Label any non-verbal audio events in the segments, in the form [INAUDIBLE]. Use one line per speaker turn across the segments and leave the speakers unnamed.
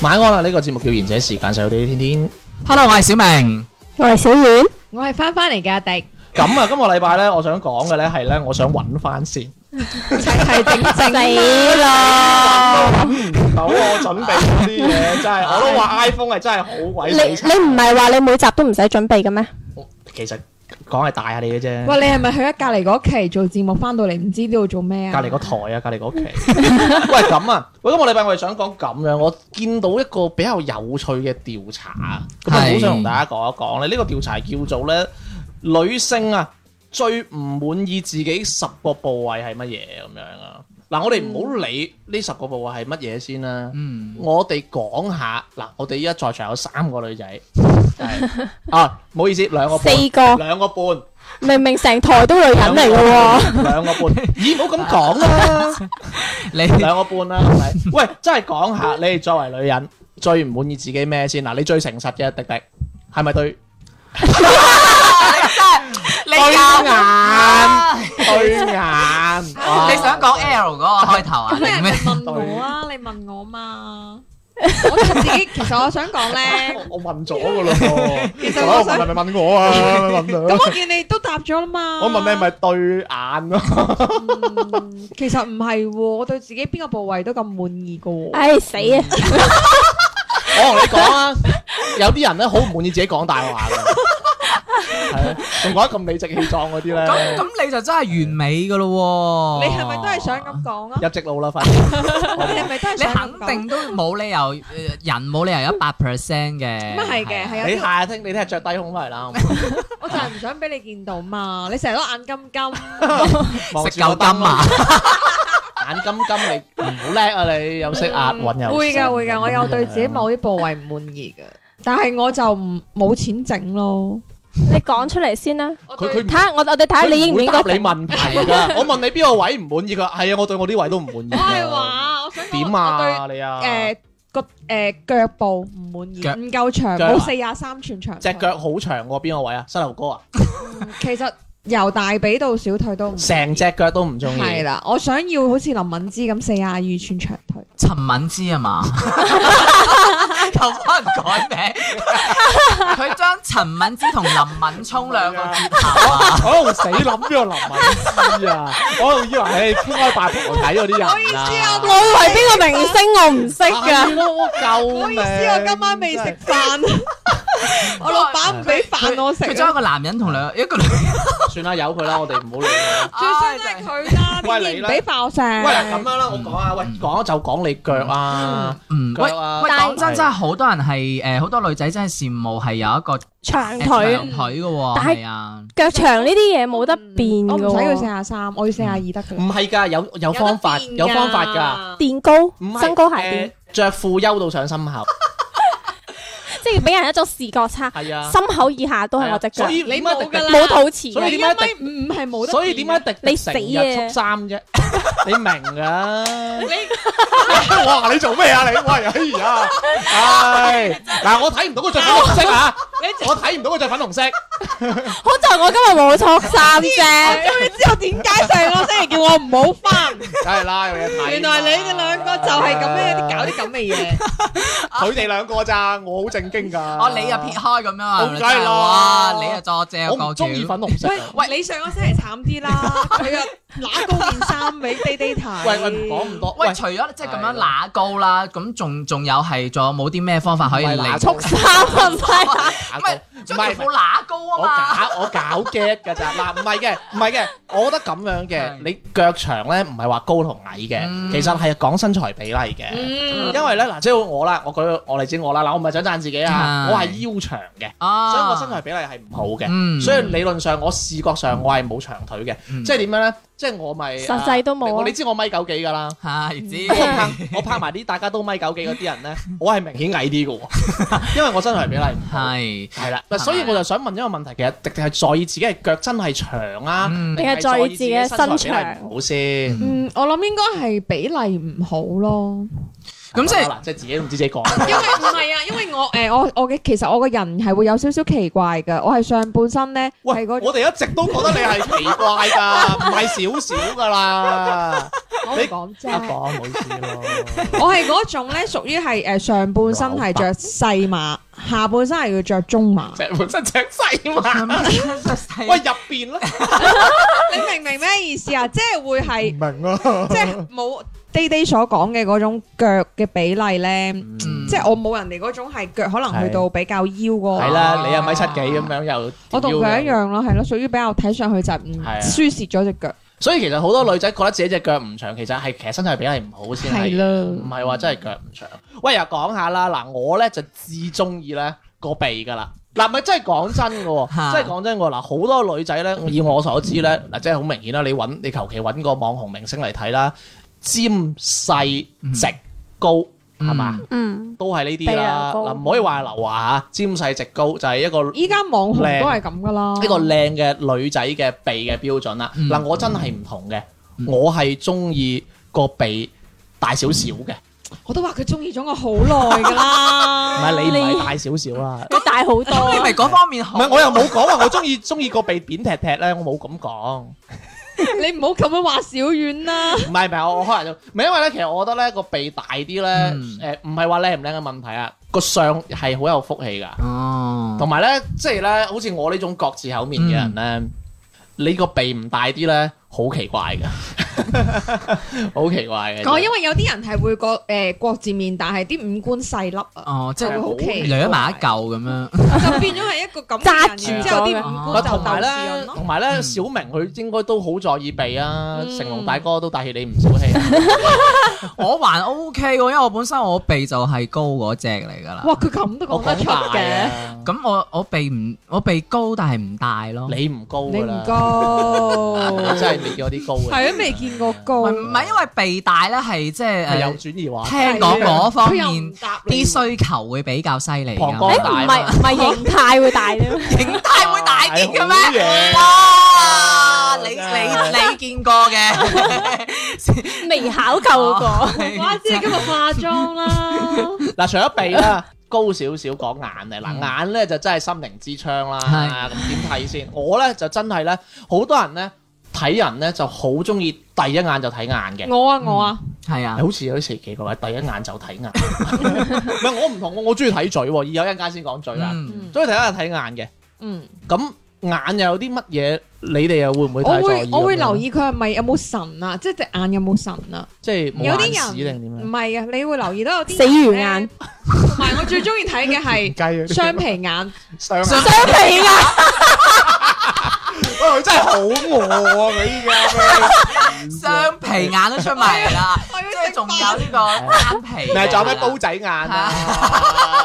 晚安啦！呢、個節目叫賢者時間，細佬哋天天。
Hello，我係小明。
我係小遠，
我係翻翻嚟嘅阿迪，
咁啊，今個禮拜咧，我想講嘅咧係咧，我想揾翻先。
齊齊整整
死
啦！
好，我準備咗啲嘢，真係我都話 iPhone 係真係好鬼
你
死。
你唔係話你每集都唔使準備嘅咩？
其實講係大下你嘅啫。
喂，你係咪去咗隔離嗰期做節目，翻到嚟唔知呢度做咩啊？
隔離個台啊，隔離個屋企。喂，咁啊，喂，今個禮拜我哋想講咁樣，我見到一個比較有趣嘅調查啊，咁啊，好
係
想同大家講一講咧。呢、個調查叫做咧女性啊最唔滿意自己十個部位係乜嘢咁樣啊？嗱，我哋唔好理呢十個部位係乜嘢先啦。
嗯，
我哋講下嗱，我哋依家在場有三個女仔，係啊，唔好意思，兩個半，
四個
兩個半，
明明成台都女人嚟嘅喎，
喎，兩個半，咦，唔好咁講啦。
你
兩個半啦，係咪？喂，真係講下你哋作為女人最唔滿意自己咩先？嗱，你最誠實嘅迪迪係咪對對眼？
你教
哦
哇
你想講 L 嗰
[LAUGHS]
個開頭啊？
你係
定
咪
咩？
問
[LAUGHS]
我啊？你問我嘛？我就自己其實我想講咧，
我我問咗㗎咯喎，
其實我想
係咪問 [LAUGHS] 我啊？問
咁
你
我見你都答咗啦嘛。
我問你係咪對眼咯？
嗯其實唔係喎，我對自己邊個部位都咁滿意噶喎。
唉死啊！
我同你講啊，有啲人咧好唔滿意自己講大話
[LAUGHS]
㗎，係啊，仲講得咁理直氣壯嗰啲
咁
咧，
咁你就真係完美噶咯
你
喎！
係咪都係想咁？講啊？
入直路啦，快啲！
你係咪都係
你
想咁
肯
講？
定都冇理由，呃人冇理由一百 percent 嘅。
咁啊係嘅，係有
你
啲
下下聽，你聽日着低胸翻嚟啦，好唔好
我就係唔想俾你見到嘛，你成日都眼金金， [LAUGHS]
望
食
住個
夠
燈
金啊！！
眼金金你唔好叻啊！你有識押韻又
嗯會㗎會㗎，
啊
我有對自己某啲部位唔滿意嘅，但係我就唔冇錢整咯。
你講出嚟先啦，
我
佢
對
佢唔
睇下我我哋睇下你應唔應該
佢唔會答你問題
[LAUGHS]
㗎。我問你邊個位唔滿意佢，係啊，我對我啲位都唔滿意
我
㗎。
係話我想講
點啊？你啊
我，對誒個誒腳部唔滿意，
腳
唔夠長，
腳啊
冇四廿三寸長。嗯
隻腳好長喎，邊個位啊？膝頭哥啊，
其實由大髀到小腿都唔
成隻腳都唔中意。
係啊啦，我想要好似林敏芝咁四廿二寸長腿。
陳敏之啊
[LAUGHS]
嘛，又幫人改名，佢將陳敏之同林敏聰兩個結合啊！
我喺度死諗邊個林敏芝
[LAUGHS]
啊！我喺度以為係傾開八婆睇嗰啲人
唔好意思啊
我以為邊個
[LAUGHS]
明星我唔識㗎，
啊
係咯，我救
唔
命！
好意思，我今晚未食飯， [LAUGHS] 我老闆唔俾飯我食啊。
佢將一個男人同兩一個女，
算啦，由佢啦，我哋唔好理
[LAUGHS]
佢。
最衰都係佢啦，
喂
點解
你
唔
呢
俾爆石？
喂，嗱咁樣啦，我講啊，喂，講就講你腳啊，
嗯，喂
腳啊
喂，
但
講真真係好多人係誒，好多女仔真係羨慕係有一個
長
嗯
長
腿
腿嘅喎，
但係
係啊，
腳長呢啲嘢冇得變
我
㗎
唔使要四
喎，
廿三，我要四廿二得㗎啦。
唔係㗎，有有方法，有方法㗎。
㗎。
墊高
唔係
身高鞋墊。
誒着褲優到上
[LAUGHS]
心口，
即係俾人一種視覺差，
係啊，
心口以下都係我隻腳
所，以
你
點解
冇
迪迪
㗎啦，
冇肚臍
所
嘅。
以
你
點解
一米五係冇得變㗎？啊
所以點解迪迪
你
成
死
日
啊
束衫啫？ [LAUGHS] 你明噶？
[LAUGHS] 你
哇！你做咩啊你？喂，哎呀，唉，嗱，我睇唔到佢着粉紅色 [LAUGHS] 啊，
你
我睇唔到佢着粉紅色，
好在我今日冇錯衫啫，
終於知道點解上個星期叫我唔好
啊
翻，
梗係啦，有嘢睇。
原來你哋兩個就係咁樣搞啲咁嘅嘢。
[LAUGHS] 佢哋兩個咋，我好正經㗎。
哦，你又撇開咁樣啊，
好
真
梗係
係
啦
哇，你又作正
我唔中意
個
粉紅色啊。 [LAUGHS]
喂，你上個星期慘啲啦，佢又揦高件衫俾滴滴睇。
喂喂，唔講唔多，
喂，
喂，
除咗即係咁樣
係
揦高啦，咁仲仲有係仲有冇啲咩方法可以
唔係揦
嚟促
高
使？
三唔係
唔
打
係
個唔
將條
係
褲揦高
我
啊嘛，
搞我搞 get 㗎咋嗱，唔係嘅，唔係嘅，我覺得咁樣嘅
係，
你腳長咧唔係話高同矮
嗯
嘅，其實係講身材比例嘅。
嗯，
因為咧嗱，即係我啦，我舉我例子我啦，嗱，我唔係想讚自己啊，
係
我係腰長嘅，
啊，
所以我身材比例係唔好嘅，
嗯
所以理論上我視覺上我係冇長腿嘅，
嗯
即係點樣咧？即係我咪
實際都冇啊
我你知我米九幾
[LAUGHS]
㗎啦。
係知
我拍我拍埋啲大家都米九幾嗰啲人咧，我係明顯矮啲嘅喎，因為我身材比例唔好
係
係啦，嗱所以我就想問一個問題，其實迪迪係在意自己嘅腳真係長啊，
嗯
定係在意自己嘅身材比例唔好先？
嗯，我諗應該係比例唔好咯。
咁即係
嗱，即係自己都唔知自己講 [LAUGHS]
因為唔係啊，因為 [LAUGHS] 我誒我我嘅其實我個人係會有少少奇怪嘅，我係上半身咧係
喂，
嗰
我哋一直都覺得你係奇怪㗎，唔係少少㗎啦。
我唔講
阿
啫，
講唔好意思咯，
我係嗰種咧屬於係誒上半身係着細碼，下半身係要着
[LAUGHS]
中碼。
隻 [LAUGHS] 本身隻細嘛。
係
喂，，入邊咧
你明唔明咩意思啊？即係會係
明啊，
即係冇滴滴所講嘅嗰種腳嘅比例咧，
嗯
即係我冇人哋嗰種係腳可能去到比較腰嗰個
係啦，你又米七幾咁樣又
我同佢一樣咯，係咯，屬於比較睇上去就唔
係啊
舒適咗只腳，
所以其實好多女仔覺得自己隻腳唔長，其實係其實身材比例唔好先係，唔
啦，
係話真係腳唔長。喂，又講下啦，嗱，我咧就至中意咧個鼻噶啦。嗱，咪真係講真嘅
嚇
喎，真係講真嘅喎。嗱，好多女仔咧，以我所知咧，嗱，真係好明顯啦。你揾你求其揾個網紅明星嚟睇啦，尖細直高係嘛，
嗯，
都係呢啲啦。
鼻梁高
嗱，唔可以話係劉華嚇，尖細直高就係一個
依家網紅都係咁噶啦，
呢個靚嘅女仔嘅鼻嘅標準啦。
嗯
嗱、我真係唔同嘅，
嗯
我係中意個鼻大少少嘅，
我都話佢中意咗我好耐噶
[LAUGHS] 唔
啦，
係你唔係大少少啊啦。
佢大好
咁你
多，
咪嗰方面
唔
好，
係，我又冇講話我中意中意個鼻扁踢踢咧，我冇咁講。
你唔好咁樣話小遠
[LAUGHS]
啦，
唔係唔係，我我可能就唔係因為咧，其實我覺得咧個鼻大啲咧
嗯，
誒唔係話靚唔靚嘅問題啊，個相係好有福氣㗎。
哦
同埋咧，即係咧，好似我呢種各自口面嘅人咧，你個鼻唔大啲咧，好奇怪㗎， [LAUGHS] 好奇怪嘅。
哦，因為有啲人係會個誒國字面，但係啲五官細粒啊，
哦，即
就會
係
好奇
掠埋一嚿咁樣， [LAUGHS]
就變咗係一個咁嘅人，
揸住
然之後啲
咗
五
嘅
官
喂
就
同埋
鬥士人
咧，
咯。
同埋咧，
嗯
小明佢應該都好在意鼻啊。
嗯
成龍大哥都帶起你唔少氣，啊
[LAUGHS]
我還 O K 喎，因為我本身我鼻就係高嗰只嚟㗎啦。
哇！佢咁都講
我
得
講
出
大
嘅，
啊，
咁我我鼻唔我鼻高但係唔大咯，
你唔高
你
㗎
唔
啦，
高，
我啊真係未見過啲高嘅，
係都啊未見過高
唔，係唔係因為鼻大咧係即係
係有
誒
轉移話
聽講嗰方
佢又
面
唔答你
啲需求會比較犀利
膀
誒
胱
㗎，
唔係唔係形態會大啲咩
形態會大啲嘅
係好
咩？
哎
嘢
哇！你
真
你你見過嘅，哦
未考究過，
哇！知你今日化妝啦，
嗱，除咗鼻啦。高少少講眼嚟，嗱眼咧就真係心靈之窗啦。咁
係
點睇先？我咧就真係咧，好多人咧睇人咧就好中意第一眼就睇眼嘅。
我啊我啊，
係啊
係，好似有啲奇奇怪怪，第一眼就睇眼。 [LAUGHS] 唔係我唔同喎，我中意睇嘴喎，而有一陣間先講嘴啊。
嗯
中意睇眼睇眼嘅，
嗯，
咁眼又有啲乜嘢？你哋又會唔會
我
太在
會
意？
我會留，意佢係咪有冇神啊，即係隻眼有冇神啊？
即係
有
冇眼
啲
屎定
人
點
唔
樣？
係啊，你會留意到有啲
死魚
人呢
眼，
同埋我最中意睇嘅係
雞
雙 [LAUGHS] 皮啊眼，
雙
雙
雙皮眼。
啊
喂，哎佢真係好餓啊！佢依
[LAUGHS]
家
雙皮眼都出埋嚟啦，
我要
即係
食
仲有
飯。
呢個單皮，
咪仲有咩煲仔眼啊、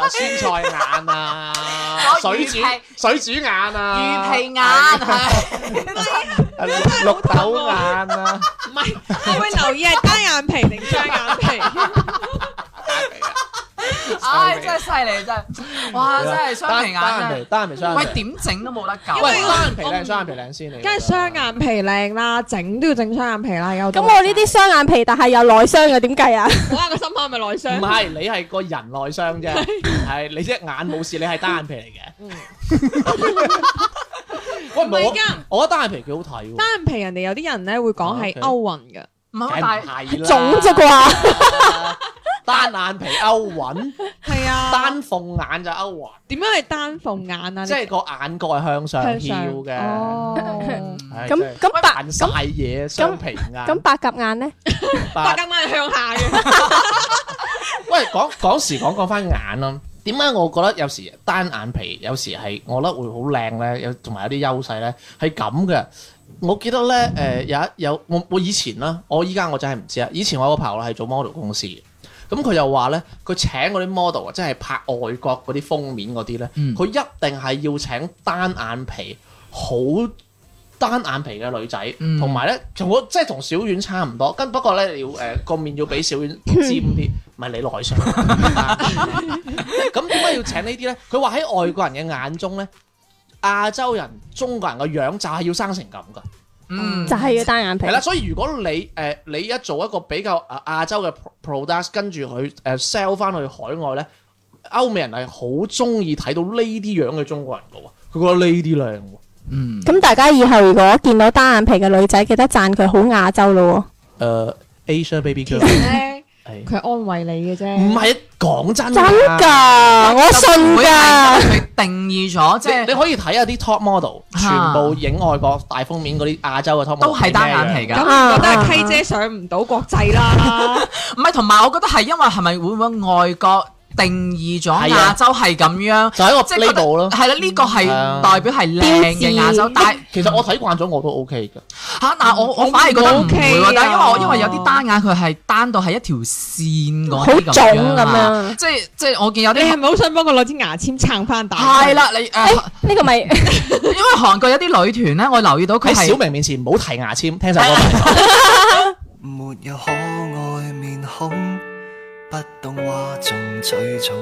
酸菜眼啊、
仲有
水
哦魚
煮
皮
水煮眼啊、
魚皮眼
[LAUGHS]
係
綠豆眼啊。
唔係，我會留意係單眼皮定雙眼皮。
唉，真係犀利真係，哇！啊真係雙皮眼
單眼
真
皮，單眼皮
係，
雙
喂
眼皮。
點整都冇得救。
喂，
我
單眼皮
我唔
靚，雙眼皮靚先嚟㗎。
梗係雙啊眼皮靚啦，整都要整雙眼皮啦，有
咁我呢啲雙眼皮，但係有內雙嘅，點計啊？
我話個心口係咪內
唔
傷？
係，你係個人內傷
[LAUGHS]
啫，係你隻眼冇事，你係單眼皮嚟嘅。 [LAUGHS]
嗯
喂，唔
唔係
係
㗎，
我，我覺得單眼皮幾好睇喎，
單眼皮人哋有啲人咧會講係
啊，OK
歐雲嘅。
唔係
梗
但
係
係
唔係啦
腫啫啩？
單眼皮勾雲，
係啊，
單鳳眼就勾雲，
點樣係單縫眼啊？
即係個眼角係向上
向
翹
上
嘅。
哦，
唉真
咁
係
咁白
扮晒嘢，雙皮眼。
咁白鴿眼呢？
八
白
斤蚊係向
[LAUGHS]
下嘅，
喂，講講時講講翻眼啦。點解我覺得有時單眼皮有時係我覺得會好靚咧，有同埋有啲優勢咧，係咁嘅。我記得咧，誒、有一有我我以前啦，我依家我真係唔知啊。以前我有個朋友係做 model 公司嘅，咁佢又話咧，佢請嗰啲 model 啊，即係拍外國嗰啲封面嗰啲咧，
嗯
佢、一定係要請單眼皮好單眼皮嘅女仔，
嗯
同埋咧同我即係同小丸差唔多，跟不過咧要誒個、面要比
[LAUGHS]
小丸尖啲，唔係你內傷。 [LAUGHS] 咁點解要請呢啲咧？佢話喺外國人嘅眼中咧，亞洲人、中國人嘅樣就係要生成咁噶。
嗯，
就係要單眼皮
係。啦，所以如果你誒、呃你一做一個比較啊亞洲嘅 pro- product，跟住佢誒 sell 翻去海外咧，歐美人係好中意睇到呢啲樣嘅中國人嘅喎，佢覺得呢啲靚喎。
嗯，
咁大家以後如果見到單眼皮嘅女仔，記得讚佢好亞洲咯
誒 Asian 呃 baby
其
girl，
實咧
[LAUGHS] 係
佢係安慰你嘅啫，
嗯
唔係講真
喎。真
啊
㗎，我信
會
㗎。
係佢定義咗，即
即係你
係
可以睇下啲 top model，全
啊
部影外國大封面嗰啲亞洲嘅 top model
都係單眼皮
嘅。
㗎。
咁
啊
覺得係溪姐上唔到國際啦，
[LAUGHS]
唔係，同埋我覺得係因為係咪會唔會外國定義咗
係啊
亞洲係咁樣，
就喺
即
個
係覺得
label 咯。
係啦，呢個
係啊
係代表係靚嘅亞
標
洲
誌，
但係
其實我睇慣咗我都 OK 嘅，
嚇，但係我
嗯
我反而覺得唔會
我
喎，
唔
但係因為我
OK 啊
因為有啲單眼佢係單到係一條線嗰
好
啲
腫
樣
咁
啊，
樣，
即係即係我見有
你係
啲
咪好想幫佢攞支牙籤撐翻大？
係，啦，你誒，
呢個咪
因為韓國有啲女團咧，我留意到佢
喺小
係
明面前唔好提牙籤，聽首 [LAUGHS] 歌。
沒有可愛面孔，不懂嘩眾取寵，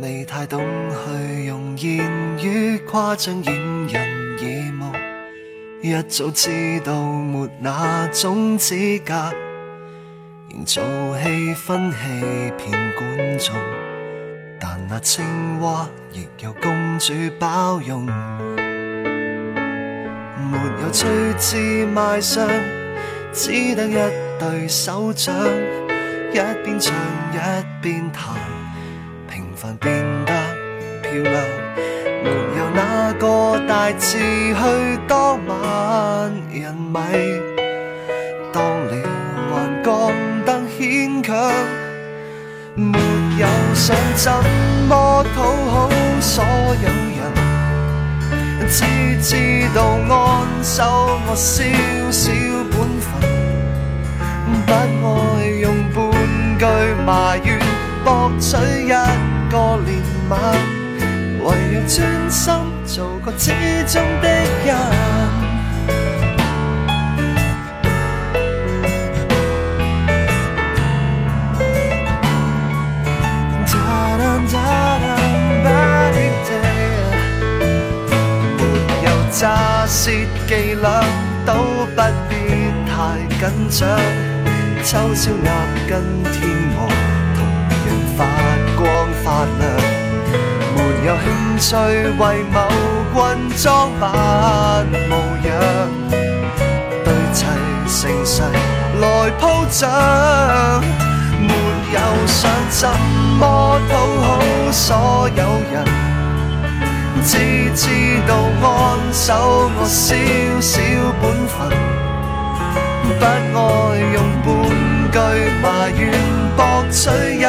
未太懂去用言語誇張掩人耳目。一早知道沒那種資格，營造氣氛欺騙觀眾，但那青蛙亦有公主包容，沒有吹枝賣相。只得一對手掌，一邊唱一邊彈，平凡變得漂亮。沒有那個大志去當萬人迷，當了還覺得牽強。沒有想怎麼討好所有人。只知道安守我少少本分，不愛用半句埋怨博取一個憐憫，唯有專心做個之中的人。沒有詐舌伎倆，都不必太緊張。秋宵鴨跟天鵝同樣發光發亮，沒有興趣為某君裝扮模樣，對砌盛世來鋪張。沒有想怎麼討好所有人。只知道安守我少少本分，不愛用半句埋怨博取一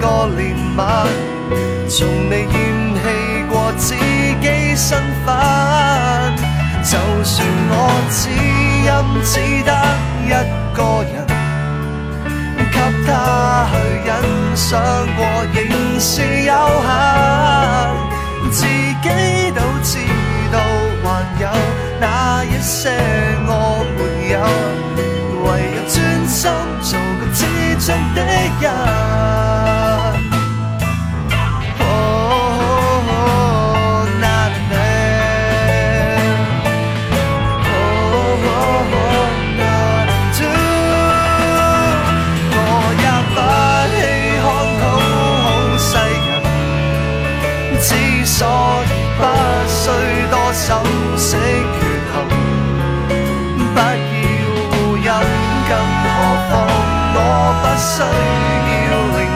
個憐憫，從未厭棄過自己身份。就算我只因只得一個人，給他去欣賞過，仍是有限。自己都知道還有那一些我沒有，唯有專心做個之中的人。哦那呢哦那呢我也不稀罕討好世人。之所以不需多修飾缺陷，不要互引，更何況我不需要靈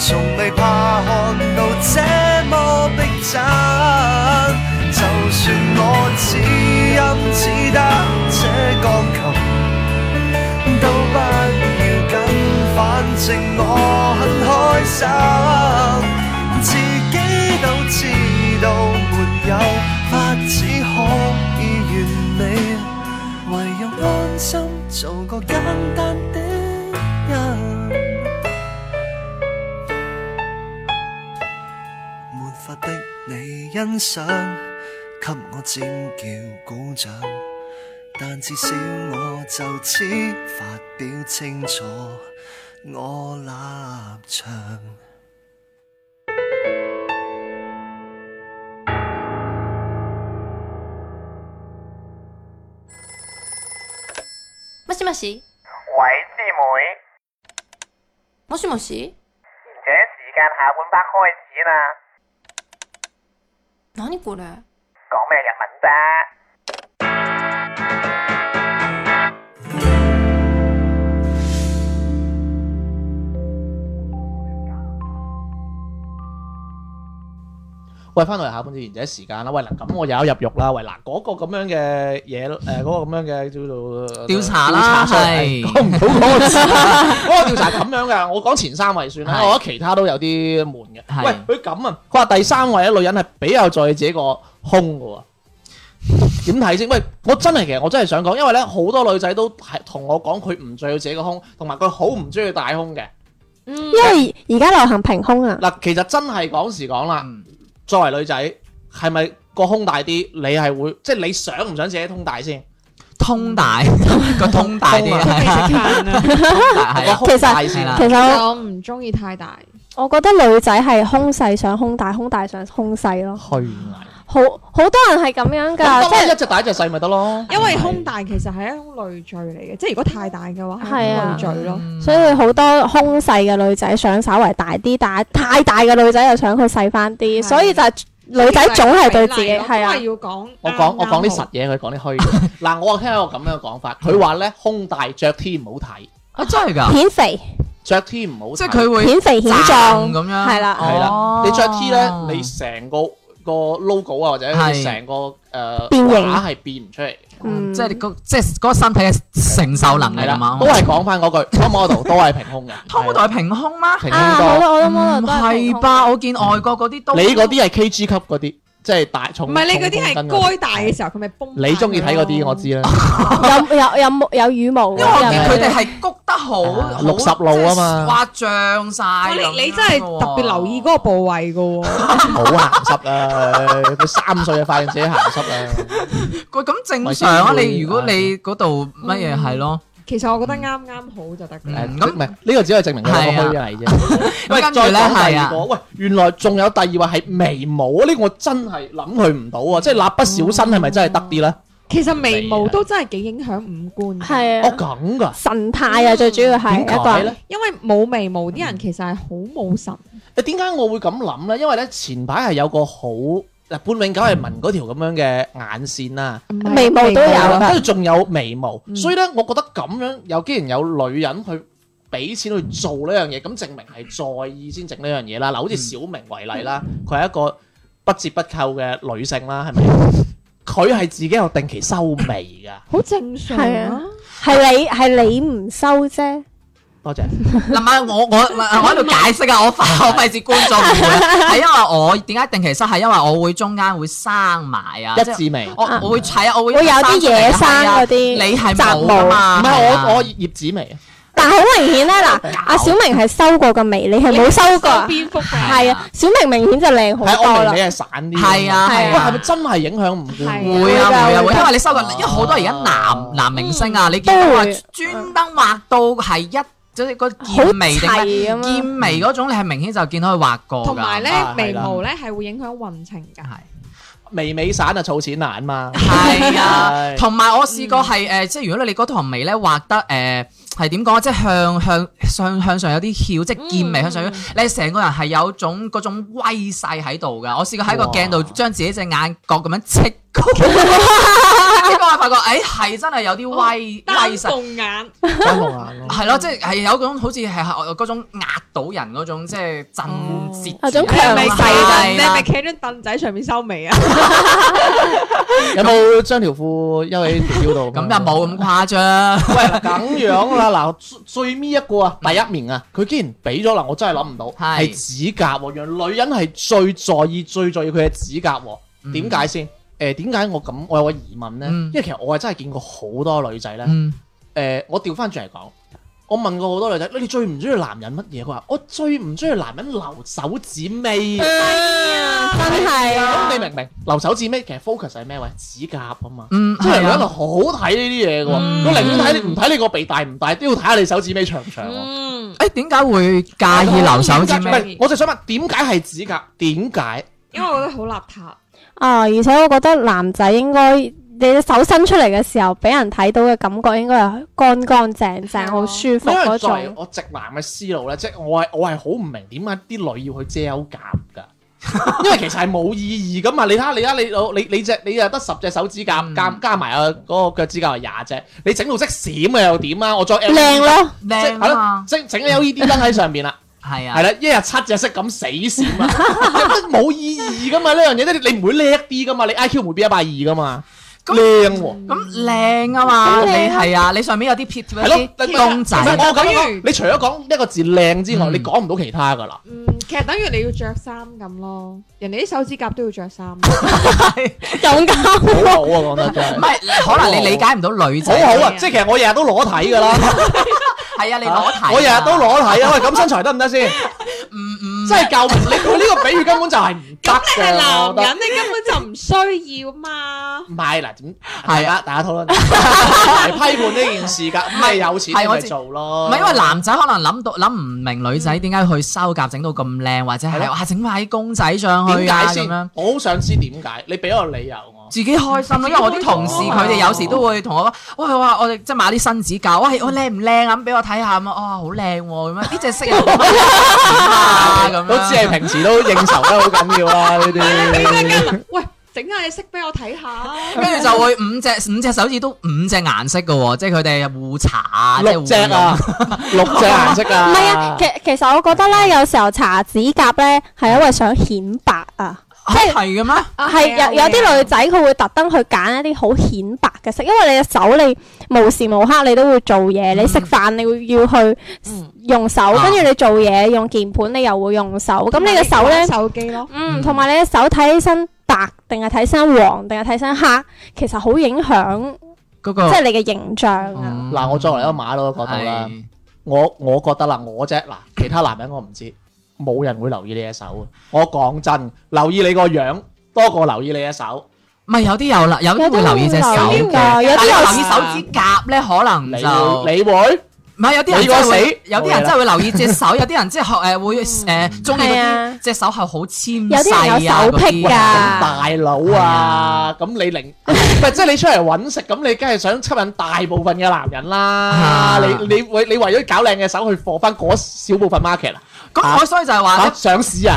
從未怕看到這麼逼真。就算我只音只得這鋼琴，都不要緊，反正我很開心。自己都知道沒有法子可以完美。唯有安心做個簡單的人，沒法逼你欣賞，給我尖叫鼓掌，但至少我就此發表清楚我立場。
もしもし
喂，師妹，
もしもし
賢者時間下半 part 開始啦，
何これ
講咩日文啫？
喂，翻到嚟下半節賢者時間啦。喂，嗱咁我又有入獄啦。喂，嗱嗰、個咁樣嘅嘢，誒、嗰、個咁樣嘅叫做
調查啦
調查
係
講唔到嗰個字，嗰個調查係咁樣嘅。我講前三位算啦，
係
我覺得其他都有啲悶嘅。
係
喂，佢咁啊，佢話第三位咧女人係比較在意自己個胸嘅喎。點睇先？喂，我真係其實我真係想講，因為咧好多女仔都係同我講佢唔在意自己個胸，同埋佢好唔中意大胸嘅。
嗯
因為而家流行平胸啊，
嗱，其實真係講時講啦。
嗯
作為女仔，係咪個胸大啲？你係會即係你想唔想自己胸大先？
通
[LAUGHS]
大個通大啲
通啊
都
係
未食飯啊！
大係
個胸
啊
大先啦。
[LAUGHS] 其實
我唔中意太大，
我我覺得女仔係胸細上胸大，胸大上胸細咯，
虛偽。
好好多人係咁樣㗎，
咁
即
得啦
係
一隻大一隻細咪得咯。
因為胸大其實係一種累贅嚟嘅，即係如果太大嘅話係
係啊
累贅咯。
嗯
所以好多胸細嘅女仔想稍為大啲，但係太大嘅女仔又想佢細翻啲，
係
所以就係女仔總係對自己係啊
因為，要講
我講我講啲
啱啱啊
實嘢，佢講啲虛嘅。嗱，我聽一個咁樣嘅講法，
嗯
佢話咧胸大着 T 唔好睇，
啊真係㗎，
顯肥、
着 T 唔好睇。
即係佢會
顯肥、顯
站
壯
咁樣，
係啦
係啦
哦，
你着 T 咧，你成個個 logo 啊，或者
係
你成個誒
變形
畫係變唔出嚟。
嗯
即係你個即係嗰個身體嘅承受能
係
力啊
啦
嘛，，
都係講翻嗰句，top model 都係平胸嘅。
通大平胸嗎？
平
啊！
胸多
好。多我都
唔
model 都係平
嗯係
胸
吧？我見外國嗰啲都
你嗰啲係 KG 級嗰啲，即係大重。
唔係你嗰啲
重公斤
係
嗰
該大嘅時候，佢咪崩大佢咯。
你中意睇嗰啲我知啦，
有有有冇有羽毛㗎？
因為我見
有
佢哋係谷得好
啊
好
六十路啊嘛
哇，漲晒
啊
哇！
咁樣㗎喎。
你你真係特別留意嗰個部位嘅喎， [LAUGHS]
好鹹濕啊！佢三歲就發現自己鹹濕啦，
個咁正常啊！
為先會
你如果你嗰度乜嘢係咯，
其實我覺得啱啱好就得㗎啦。
誒
嗯
咁
咁
唔係呢個只係證明佢有個虛偽啫。 [LAUGHS] 喂，
跟住
再
呢
講第
係
二
啊
個，喂，原來仲有第二位係眉毛啊！呢個我真係諗佢唔到啊！即係蠟筆小新係咪真係得啲咧？
其實眉毛
啊
都真係幾影響五官。
係
哦
啊，
咁㗎，
神
嗯
態啊，最主要係
點
一個
解
人
咧？
因為冇眉毛啲人其實係好冇神，
誒點解我會咁諗咧？因為咧前排係有個好嗱半永久係紋嗰條咁樣嘅眼線啦、
唔係啊
眉毛都有
係啦
㗎
跟住仲有眉毛，
嗯
所以咧，我覺得咁樣有既然有女人去俾錢去做呢樣嘢，咁證明係在意先整呢樣嘢啦。嗱，好似小明為例啦，佢係一個不折不扣嘅女性啦，係咪？佢係自己有定期修眉㗎，
好正常
係
啊
啊。係你係你唔收啫，
多謝。
嗱唔係我我我喺度解釋啊！我我費 [LAUGHS] 事觀眾唔會，係因為我點解定期室係因為我會中間會生埋啊，即
一
係
字眉，
我我會睇啊，我會
會有啲野生
係啊
嗰啲
你係
雜
冇
毛
㗎
唔
嘛？
係
係啊
我我葉子眉，
但係好明顯咧嗱，阿小明係收過個眉，你係冇收過，
蝙蝠啊，
係啊，小明明顯就靚好
係
多
我
啦
眉你。係散啲。
係啊
喂，
係啊
係咪真係影響唔
係
觀？
會啊
會㗎
會啊會，
會㗎
因為你收緊，因為好多而家
哦
男男明星啊，你見到
都
話
會
專登畫到係一即係個劍眉定
好
咩
齊咁啊樣
劍眉嗰種，你係明顯就見到佢畫過㗎
同埋咧
啊係啦啊
眉毛咧係會影響運程㗎。
係
眉尾散啊，儲錢
[LAUGHS]
難嘛。
係啊
係，
同埋我試過係誒，即係如果你嗰堂眉咧畫得誒係點講，即係向向上向上有啲翹，即係劍眉向上，
嗯
你成個人係有種嗰種威勢喺度㗎。我試過喺個鏡度
哇
[LAUGHS] 將自己隻眼角咁樣戚高，個係發覺，誒係真係有啲威
單
威勢。
鳳眼，
單紅眼咯。
係咯，即係係有嗰種好似係嗰種壓倒人嗰種，即係
哦
震折。
有
啊
種
你係
強
咪
勢
企
啦
你係咪企喺張凳仔上面收尾啊？
有冇將條褲休喺條腰度？
咁又冇咁。誇張。
喂，咁樣啦，嗱，最最尾一個啊，第一名啊，佢竟然俾咗啦，我真係諗唔到，
嗯係
係指甲喎，原來女人係最在意、最在意佢嘅指甲喎。
嗯
點解先？誒點解我咁？我有個疑問咧，
嗯
因為其實我係真係見過好多女仔咧。
[LAUGHS] 嗯，
誒、我調翻轉嚟講，我問過好多女仔，你哋最唔中意男人乜嘢？佢話我最唔中意男人留手指尾。
哎
真係啊
咁你明唔明？留手指尾其實 focus 係咩位？指甲啊嘛。
嗯，
即係
係
女人
啊，
好睇呢啲嘢嘅喎，
嗯
佢寧願睇你唔睇你個鼻大唔大，都要睇下你手指尾長唔長喎。
嗯，
誒點解會介意留手指
唔
尾？
係，我就想問點解係指甲？點解？
因為我覺得好邋遢。
啊！而且我覺得男仔應該你隻手伸出嚟嘅時候，俾人睇到嘅感覺應該係乾乾淨
係啊
淨、好舒服
因
嗰
為作為
種。
我直男嘅思路咧，即係我係我係好唔明點解啲女要去遮手甲㗎。因為其實係冇意義噶嘛，你睇下你睇下你你你隻你又得十隻手指甲
嗯
加加埋啊嗰個腳趾甲係廿隻，你整到識閃嘅又點啊？我再
靚，咯，
靚
係
啊
咯，整整 LED 燈喺上邊啦。
嘛，係
係
啊，
啦，一日七隻色咁死閃啊， [LAUGHS] 有乜冇意義噶嘛？呢樣嘢即係你唔會叻啲噶嘛，你 I Q 唔會變一百二噶嘛，
咁
靚喎，
咁靚啊嘛，你係啊，你上面有啲撇貼
係咯
一，
你
啲公仔
唔。係我咁
等
講
於，
你除咗講一個字靚之外，
嗯
你講唔到其他噶
[LAUGHS]
啦。
嗯，其實等於你要着衫咁咯，人哋啲手指甲都要着衫。
勇敢。
好好啊，講
[LAUGHS]
得真係。
唔係，可能你理解唔到女
好
仔。
好啊，即係其實我日日都裸體噶啦，
係 [LAUGHS] 啊，你攞題。
我日日都裸體啊，喂，咁身材得唔得先？
[LAUGHS] 唔唔，
真係夠，你佢呢個比喻根本就係唔得
咁你係
嘅，我覺
男人，
得。
你根本就唔需要嘛。
唔係嗱，點
係啊
大家大家討論 [LAUGHS] 嚟批判呢件事㗎，咁咪有錢
係
你
我
咪
知
做咯。
唔係因為男仔可能諗到諗唔明女仔點解去修甲整到咁靚，或者
係
係
咯
哇整埋啲公仔上
點
去啊
解
咁
先
樣，？
我好想知點解，你俾個理由我。
自己開心咯。因為我啲同事佢哋有時都會同我講：，喂，哇，我哋即係買啲新指甲，喂，我靚唔靚啊？咁俾我睇下咁啊，哦，好靚喎咁樣，呢隻色又好
[LAUGHS]
啊咁樣。
都知係平時都應酬得好緊要啦，呢啲。
[LAUGHS] 喂，整下你識俾我睇下啊。
跟住就會五隻五隻手指都五隻顏色嘅喎，即係佢哋互查啊，即係
六
互
隻啊， [LAUGHS] 六隻顏色
唔
啊。
係啊，其其實我覺得咧，有時候搽指甲咧係因為想顯白啊。
用哦
即係
係嘅咩？
啊係有有啲女仔佢會特登去揀一啲好顯白嘅色，因為你隻手你無時無刻你都會做嘢，你食飯你會要去
嗯
用手，
啊
跟住你做嘢用鍵盤你又會用手，咁你嘅手
玩
呢，
手機咯，
嗯，同埋你嘅手睇起身白定係睇起身黃定係睇起身黑，其實好影響
嗰
即
個
係你嘅形象啊。
嗯
嗱，我作為一個馬佬嘅角度啦，
係
我我覺得啦，我啫嗱，其他男人我唔知，冇人會留意你隻手啊。我講真，留意你個樣多過留意你隻手。
唔係有啲有啦，有啲會留意隻手
有
嘅，
啲會有
但係
啲
你
有
留意手指甲咧，可能
你
就
會
唔
你會
係有啲人
你個
真係會，
死
有啲人真係會留意隻
[LAUGHS]
手，有啲人即係學誒會
嗯
誒中意嗰
係
啲
啊
隻手係好纖
有啲人
細
有
啊
手癖
嗰啲啊
㗎，
大佬
係
啊
啊，
咁你 [LAUGHS] 零，唔係即係你出嚟揾食，咁你梗係想吸引大部分嘅男人啦
啊。
你你為你為咗搞靚嘅手去貨翻嗰少部分 market 啊
咁我所以就係話
啊，
咧，
上市啊，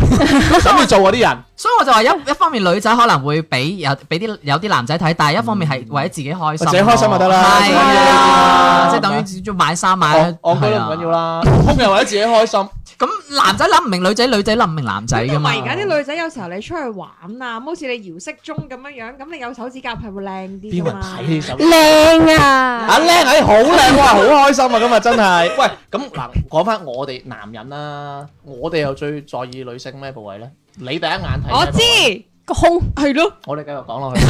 想要做嗰啲人，
所以我就話一一方面女仔可能會俾有俾啲有啲男仔睇，但係一方面係為咗自己開
自
心咯，啊
嗯己開心就得啦
係啊，即係等於要買衫買，
我覺
係
得
啊
唔緊要啦，空又為咗自己開心，
咁男仔諗唔明女仔，女仔諗唔明男仔噶
同
嘛
埋？而家啲女仔有時候你出去玩啊，咁好似你搖骰盅咁樣樣，咁你有手指甲係會靚啲
邊
噶
個人
嘛
睇？ [LAUGHS] 你手？
靚啊！
嗯啊靚仔好靚哇，好開心啊！今日真係，喂咁嗱，講翻我哋男人啦，我哋又最在意女性咩部位咧？你第一眼睇咩
我
部位，
知個胸係咯，
我哋繼續講落去，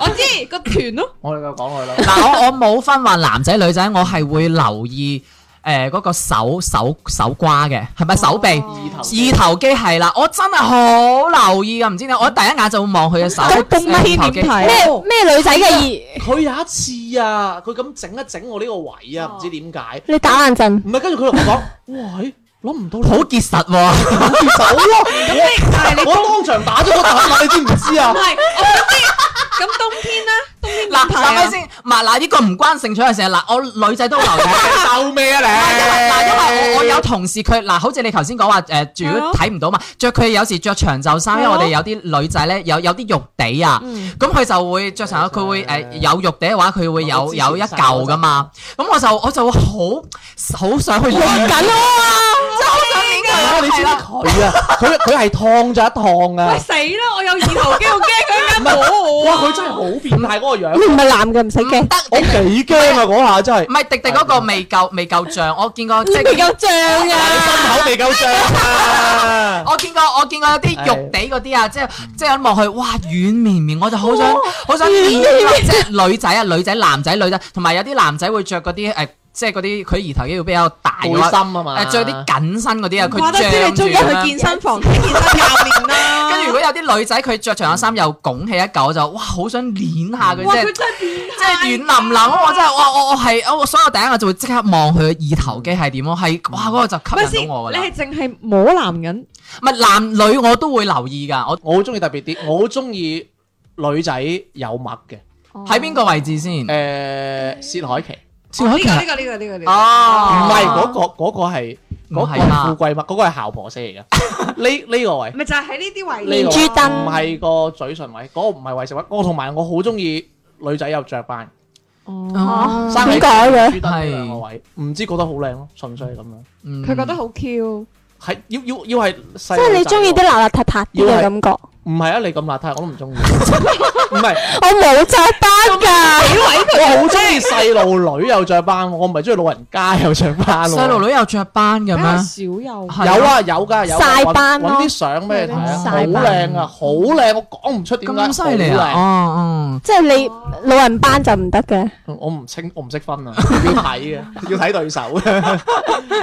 我知個團咯，
我哋繼續講落去啦。
嗱，我我冇分話男仔女仔，我係會留意誒嗰個手手手瓜嘅，係咪手臂？
哦
二頭肌
二頭肌係啦，我真係好留意噶，唔知點解我第一眼就會望佢嘅手
咁冬
二頭
天
肌
點。睇？
咩咩女仔嘅耳？
佢有一次啊，佢咁整一整我呢個位啊，
哦
唔知點解。
你打冷震，
唔係，跟住佢同我講：，喂，諗唔到你
好結實
手
喎，[LAUGHS]
啊！我我當場打咗個突啊！你知唔知啊
唔？係，我知。咁冬天咧，冬天
嗱
品
嗱
牌
咪
啊？
先，嗱嗱呢個唔關性取向成啊日嗱，我女仔都留嘅。
鬥咩啊你？
嗱，
[LAUGHS]
因為我我
啊
有同事佢嗱，好似你頭先講話誒，如
係
果
咯
睇唔到嘛，着佢有時着長袖
啊
衫，因為我哋有啲女仔咧有有啲肉地啊，
嗯
咁佢就會着長袖，佢會
啊
誒有肉地嘅話，佢會
我
有
之前
有一嚿噶嘛，咁我就我就會好好想去
緊
練，
啊！
真係好想練
啊
佢，
你知唔
係
知
啦。
佢啊？佢佢係燙咗一燙啊
喂！死啦！我有二頭肌，我驚佢一間摸我
哇！
啊！
佢真係好變態嗰個樣
你，唔係啊男嘅唔使
唔
驚，
得，
我幾驚啊！嗰下
[LAUGHS]
真係
唔，係迪迪嗰個未夠未夠脹，我見過即
你未
係
夠脹啊！
心口未夠脹
[LAUGHS]
啊！
我見過我見過有啲肉地嗰啲啊，即係即係望去，哇軟綿綿，我就好
哦
想好
[LAUGHS]
想練啊即係女仔啊，女仔男仔女仔，同埋有啲男仔會着嗰啲誒，即係嗰啲佢二頭肌會比較大
背
嘅話
心啊嘛，
誒着啲緊身嗰啲啊，佢
話得知你
着
中意去健身房，健身教練啦。
跟住如果有啲女仔佢着長袖衫又拱起一嚿，我就哇好想捏下佢
哇！
即
佢
係。
真係變
即係軟腍腍啊！我真係，哇！我我係我所有第一眼就會即刻望佢嘅二頭肌係點咯，係哇嗰個就
咪
吸
先？
引到我㗎啦。
你係淨係摸男人，
唔係男女我都會留意㗎，我
[LAUGHS] 我好中意特別啲，我好中意女仔有麥嘅，
哦
喺邊個位置先？
誒薛凱琪，
薛凱琪
呢個呢個呢個呢個
唔
哦
係嗰個嗰個係
唔
嗰個
係
係
嘛
富貴麥，嗰個係姣婆聲
[LAUGHS]
嚟嘅，呢呢個位。
咪就係喺呢啲位
呢個
連珠燈
唔係個嘴唇位，嗰個唔係為食位，我同埋我好中意女仔有雀斑，
哦
生
點
喺
解嘅
珠燈呢兩個位，唔知覺得好靚咯，純粹係咁樣，
嗯
佢覺得好 Q，
係要要要係細
即係你中意
路仔
啲邋邋遢遢啲嘅感覺。
喎，唔係啊，你咁邋遢我都唔中
[LAUGHS]
意，唔係。啊
我冇雀斑㗎，
我好中意細路女有雀斑喎，我唔係中意老人家有雀斑喎。
細路女有着斑嘅
比
咩？
較少有。
係
有啊有㗎有啊。
曬
搵
斑咯
搵啲相俾你睇啊，
曬
好
斑
靚啊，好靚，我講唔出點解
咁犀利啊！
好
哦
即係你老人斑就唔得嘅。
靚我唔清，我唔識分啊，要睇 [LAUGHS] 嘅，要睇對手嘅。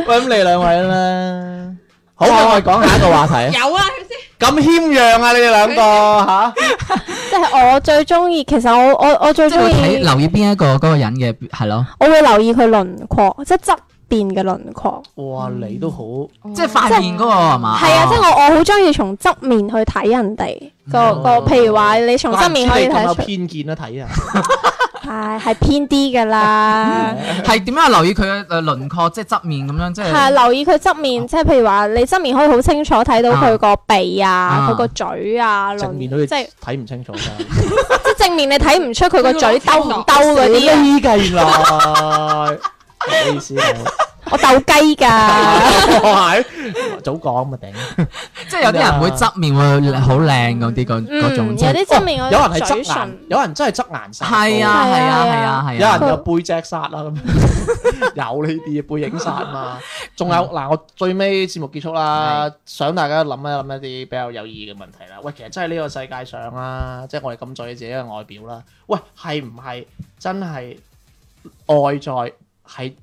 喂，咁你兩位啦，好，我哋講下一個話題啊。
有啊，佢先
[LAUGHS] 咁謙讓啊，你哋兩個吓，
即係我最中意，其實我我我最
哦，即係
中
會
意，
睇留意邊一個嗰個人嘅係咯，
我會留意佢輪廓，即係側邊嘅輪廓。
哇，你都好，
即係發面嗰個係嘛？
係啊，即係
哦
我我好中意從側面去睇人哋個個，譬如話你從側面可以
嗯怪
睇
唔知你咁有
得出，
偏見啦，睇啊，
係係偏啲㗎
[LAUGHS]
啦。
嗯
係點樣留意佢嘅誒輪廓，即係側面咁樣，即
係啊
係
留意佢側面，即係譬如話你側面可以好清楚睇到佢個鼻啊
啊、
佢個嘴啊，
正面
輪
好似
即係
睇唔清楚㗎。
即係正面你睇唔出佢個嘴兜唔兜嗰啲啊，
呢計啦，咩 [LAUGHS] 意思啊？
我鬥雞
[LAUGHS]
㗎。
係早講咪頂，
即係有啲人會側面會好靚嗰啲嗰
嗯，
嗰種，即
有
係哦
啲側面我
哦有人係
嘴
側顏
唇，，
有人真係側顏殺，
係啊係啊係啊
有
係啊，
人有背脊殺啦
[LAUGHS]
咁，有呢啲背影殺嘛。
嗯
仲有嗱，我最尾節目結束啦，想大家諗一諗一啲比較有意義嘅問題啦。喂，其實真係呢個世界上啦，即係我哋咁在意自己嘅外表啦。喂，係唔係真係外在係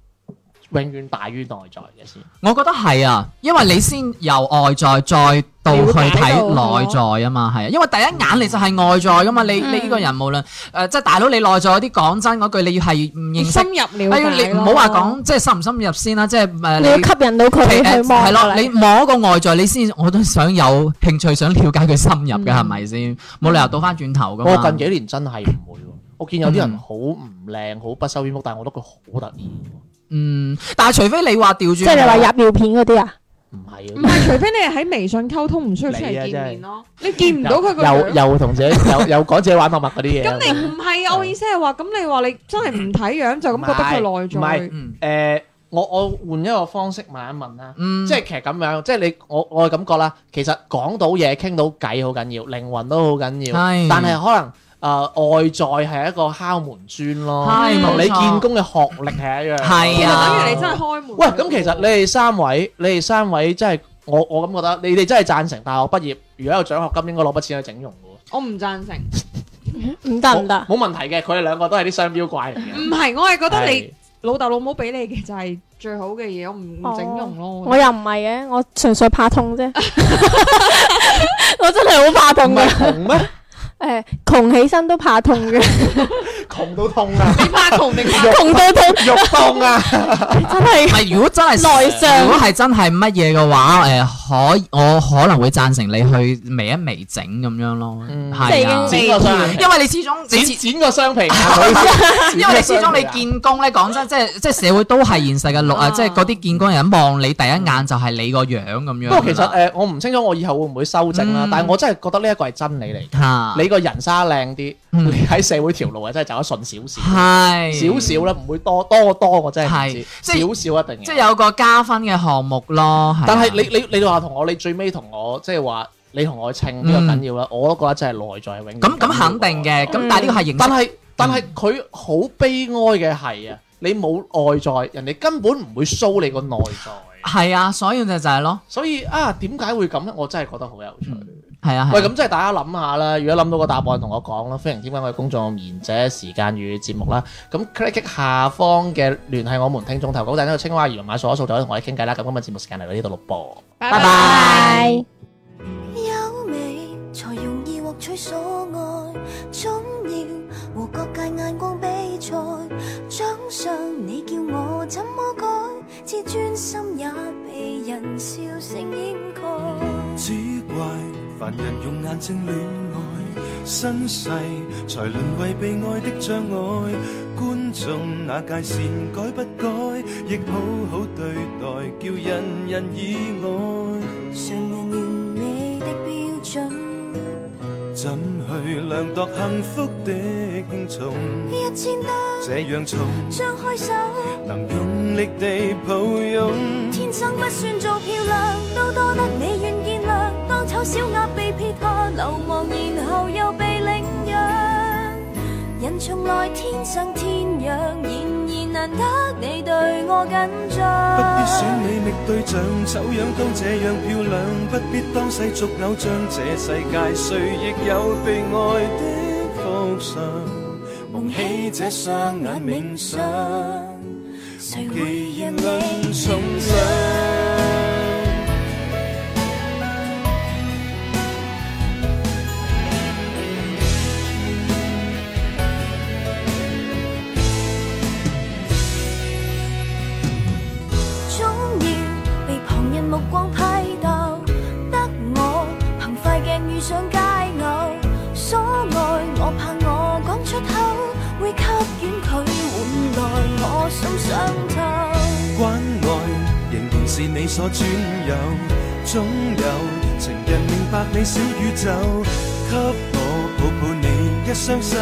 永遠大於內在嘅先？
我覺得係啊，因為你先由外在再到去睇內在啊嘛，係啊，因為第一眼你就係外在噶嘛，你
嗯
你呢個人無論誒、呃即係大佬你內在嗰啲講真嗰句，你要係唔認識
深，入
哎
了
呀
解
你
咯
唔好話講即係深唔深入先啦，即係誒
你要吸引到佢
其
去
誒
望
係咯，
你
你摸個外在，你先我都想有興趣，想了解佢深入嘅係咪
嗯
先？冇理由倒翻轉頭噶嘛。
我近幾年真係唔會喎，我見有啲
嗯
人好唔靚，好不修邊幅，但係我覺得佢好得意喎，
嗯，但係除非你話調轉，
即係你話入尿片嗰啲啊？
唔
唔
係啊
係，除非你係喺微信溝通，唔需要出嚟見面咯。你見唔到佢個
又
樣，
又同自己又又講自己玩默默嗰啲嘢。
咁你唔係啊？我意思係話，咁你話你真係唔睇樣就咁覺得佢內
唔
在
係
嗯
誒，我我換一個方式問一問啦，
嗯
即係其實咁樣，即係你我我嘅感覺啦。其實講到嘢、傾到偈好緊要，靈魂都好緊要，
係
但係可能。誒、外在係一個敲門磚咯，
係
同
冇
你
錯
見工嘅學歷係一樣。
其
係
實
啊
等於你真係開門。
喂，咁其實你哋三位，你哋三位真係我我咁覺得，你哋真係贊成大學畢業，如果有獎學金，應該攞筆錢去整容嘅
我唔贊成，
唔
喎。
得唔得？
冇冇問題嘅，佢哋兩個都係啲商標怪嚟嘅。
唔係我係覺得你
係
老豆老母俾你嘅就係最好嘅嘢，我唔唔整容咯。
我又唔係嘅，我純粹怕 [LAUGHS] 痛啫。我真係好怕
唔
痛嘅。
係紅咩？ [LAUGHS]
誒，窮窮起身都怕痛嘅，
窮到痛
[LAUGHS]
啊，
你怕窮定怕
[LAUGHS] 窮到痛
肉痛啊，
真係
唔係，如果真係
內傷
如果係真係乜嘢嘅話，誒、可我可能會贊成你去微一微整咁樣咯，
嗯
即
係啊
係已，經
剪個雙眼皮
因為你始終你
剪
始
剪個
[LAUGHS]
雙皮眼，
因為你始
剪個雙皮
終
啊
你
眼
見工咧，講真，即係即係社會都係現實嘅路啊！
啊
即係嗰啲見工人望你第一眼就係你個樣咁樣。
不過其實呃誒，我唔清楚我以後會唔會修正啦
嗯，
但係我真係覺得呢一個係真理嚟。
嚇
你個人沙靚啲，
嗯
你喺社會條路啊，真係走得順少少，
係
少少啦，唔會多多多，我真係唔
係
知，
即
少
係
少一定嘅
即係有個加分嘅項目咯。係啊
但係你你你話同我，你最尾同我即係話你同我稱呢個緊要啦，我都覺得真係內在係永遠
嗯咁咁肯
緊
定
要
嘅，
過
咁但係呢個係形
嗯但
式。
係但係佢好悲哀嘅係啊，你冇外在，人哋根本唔會 show 你個內在，
係啊，所以就就係咯，
所以啊點解會咁呢？我真係覺得好有趣。
係啊，
喂，
係啊
咁即係大家諗下啦。如果諗到個答案，同我講啦。歡迎添加我嘅公眾號「賢者時間與節目」啦。咁 click 下方嘅聯繫我們聽眾投稿，訂呢個青蛙魚買數一數就可以同我哋傾偈啦。咁今日節目時間嚟到呢度咯噃。
拜
拜
拜。
優美才容易獲取所愛，總要和各界眼光比賽。獎賞你叫我怎麼改？自尊心也被人笑聲掩蓋。
只怪凡人用眼睛戀愛，身世才淪為被愛的障礙。觀眾那界線改不改，亦好好對待，叫人人意外。
常人完美的標準，
怎去量度幸福的輕重？
一千多
這樣重，
張開手，
能用力地抱擁。
天生不算做漂亮，都多得你願見諒。當醜小鴨被撇下，流亡然後又被領養。人從來天生天養，然而難得你對我緊
不必選
張。
美覓對象，醜樣都這樣漂亮。不必當世俗偶像，這世界誰亦有被愛的方向。蒙起這雙眼冥想，
誰會
既然
讓
論
你
重傷。
總要被旁人目光批鬥？得我憑快鏡遇上佳偶，所愛我怕我講出口，會給予佢換來我心傷透。
關愛仍然是你所專有，總有情人明白你小宇宙，給我抱抱你一雙手，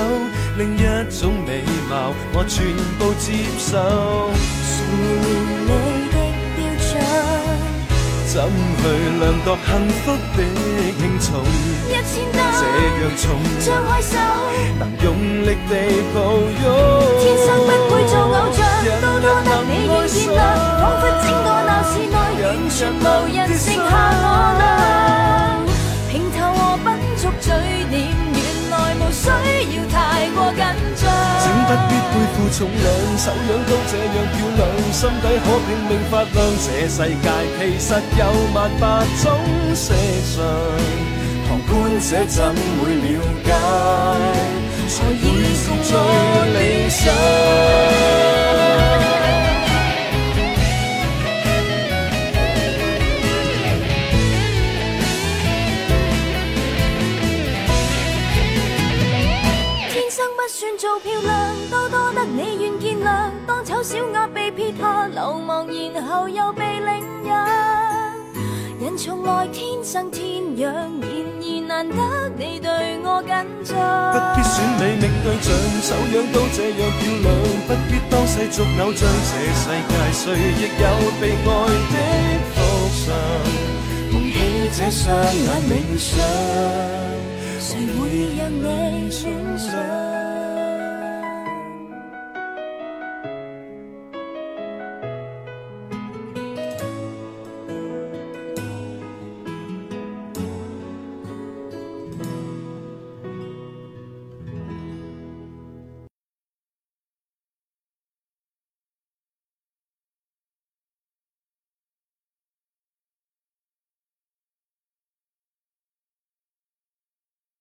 另一種美貌我全部接受，
誰會你的標準？
怎去量度幸福的輕重？
一千
這
多
樣重，
張開手。
能用力地抱擁。
天生不配做偶像，都多得你願見諒，彷彿整個鬧市內完全無人剩下我啦。平頭和品足嘴臉，原來無需要太過緊
請不必
張。
背負重量，手樣都這樣漂亮，心底可拼命發亮。這世界其實有萬百種色相，旁觀者怎會了解？才會是最理想。
天生不算做漂亮，多多得你願見諒。當醜小鴨被撇下，流亡然後又被領養。人從來天生天養，然而難得你對我緊張。
不必選美覓對象，手樣都這樣漂亮，不必當世俗偶像。這世界誰亦有被愛的福相，蒙起這雙眼冥想。
谁会让你選上？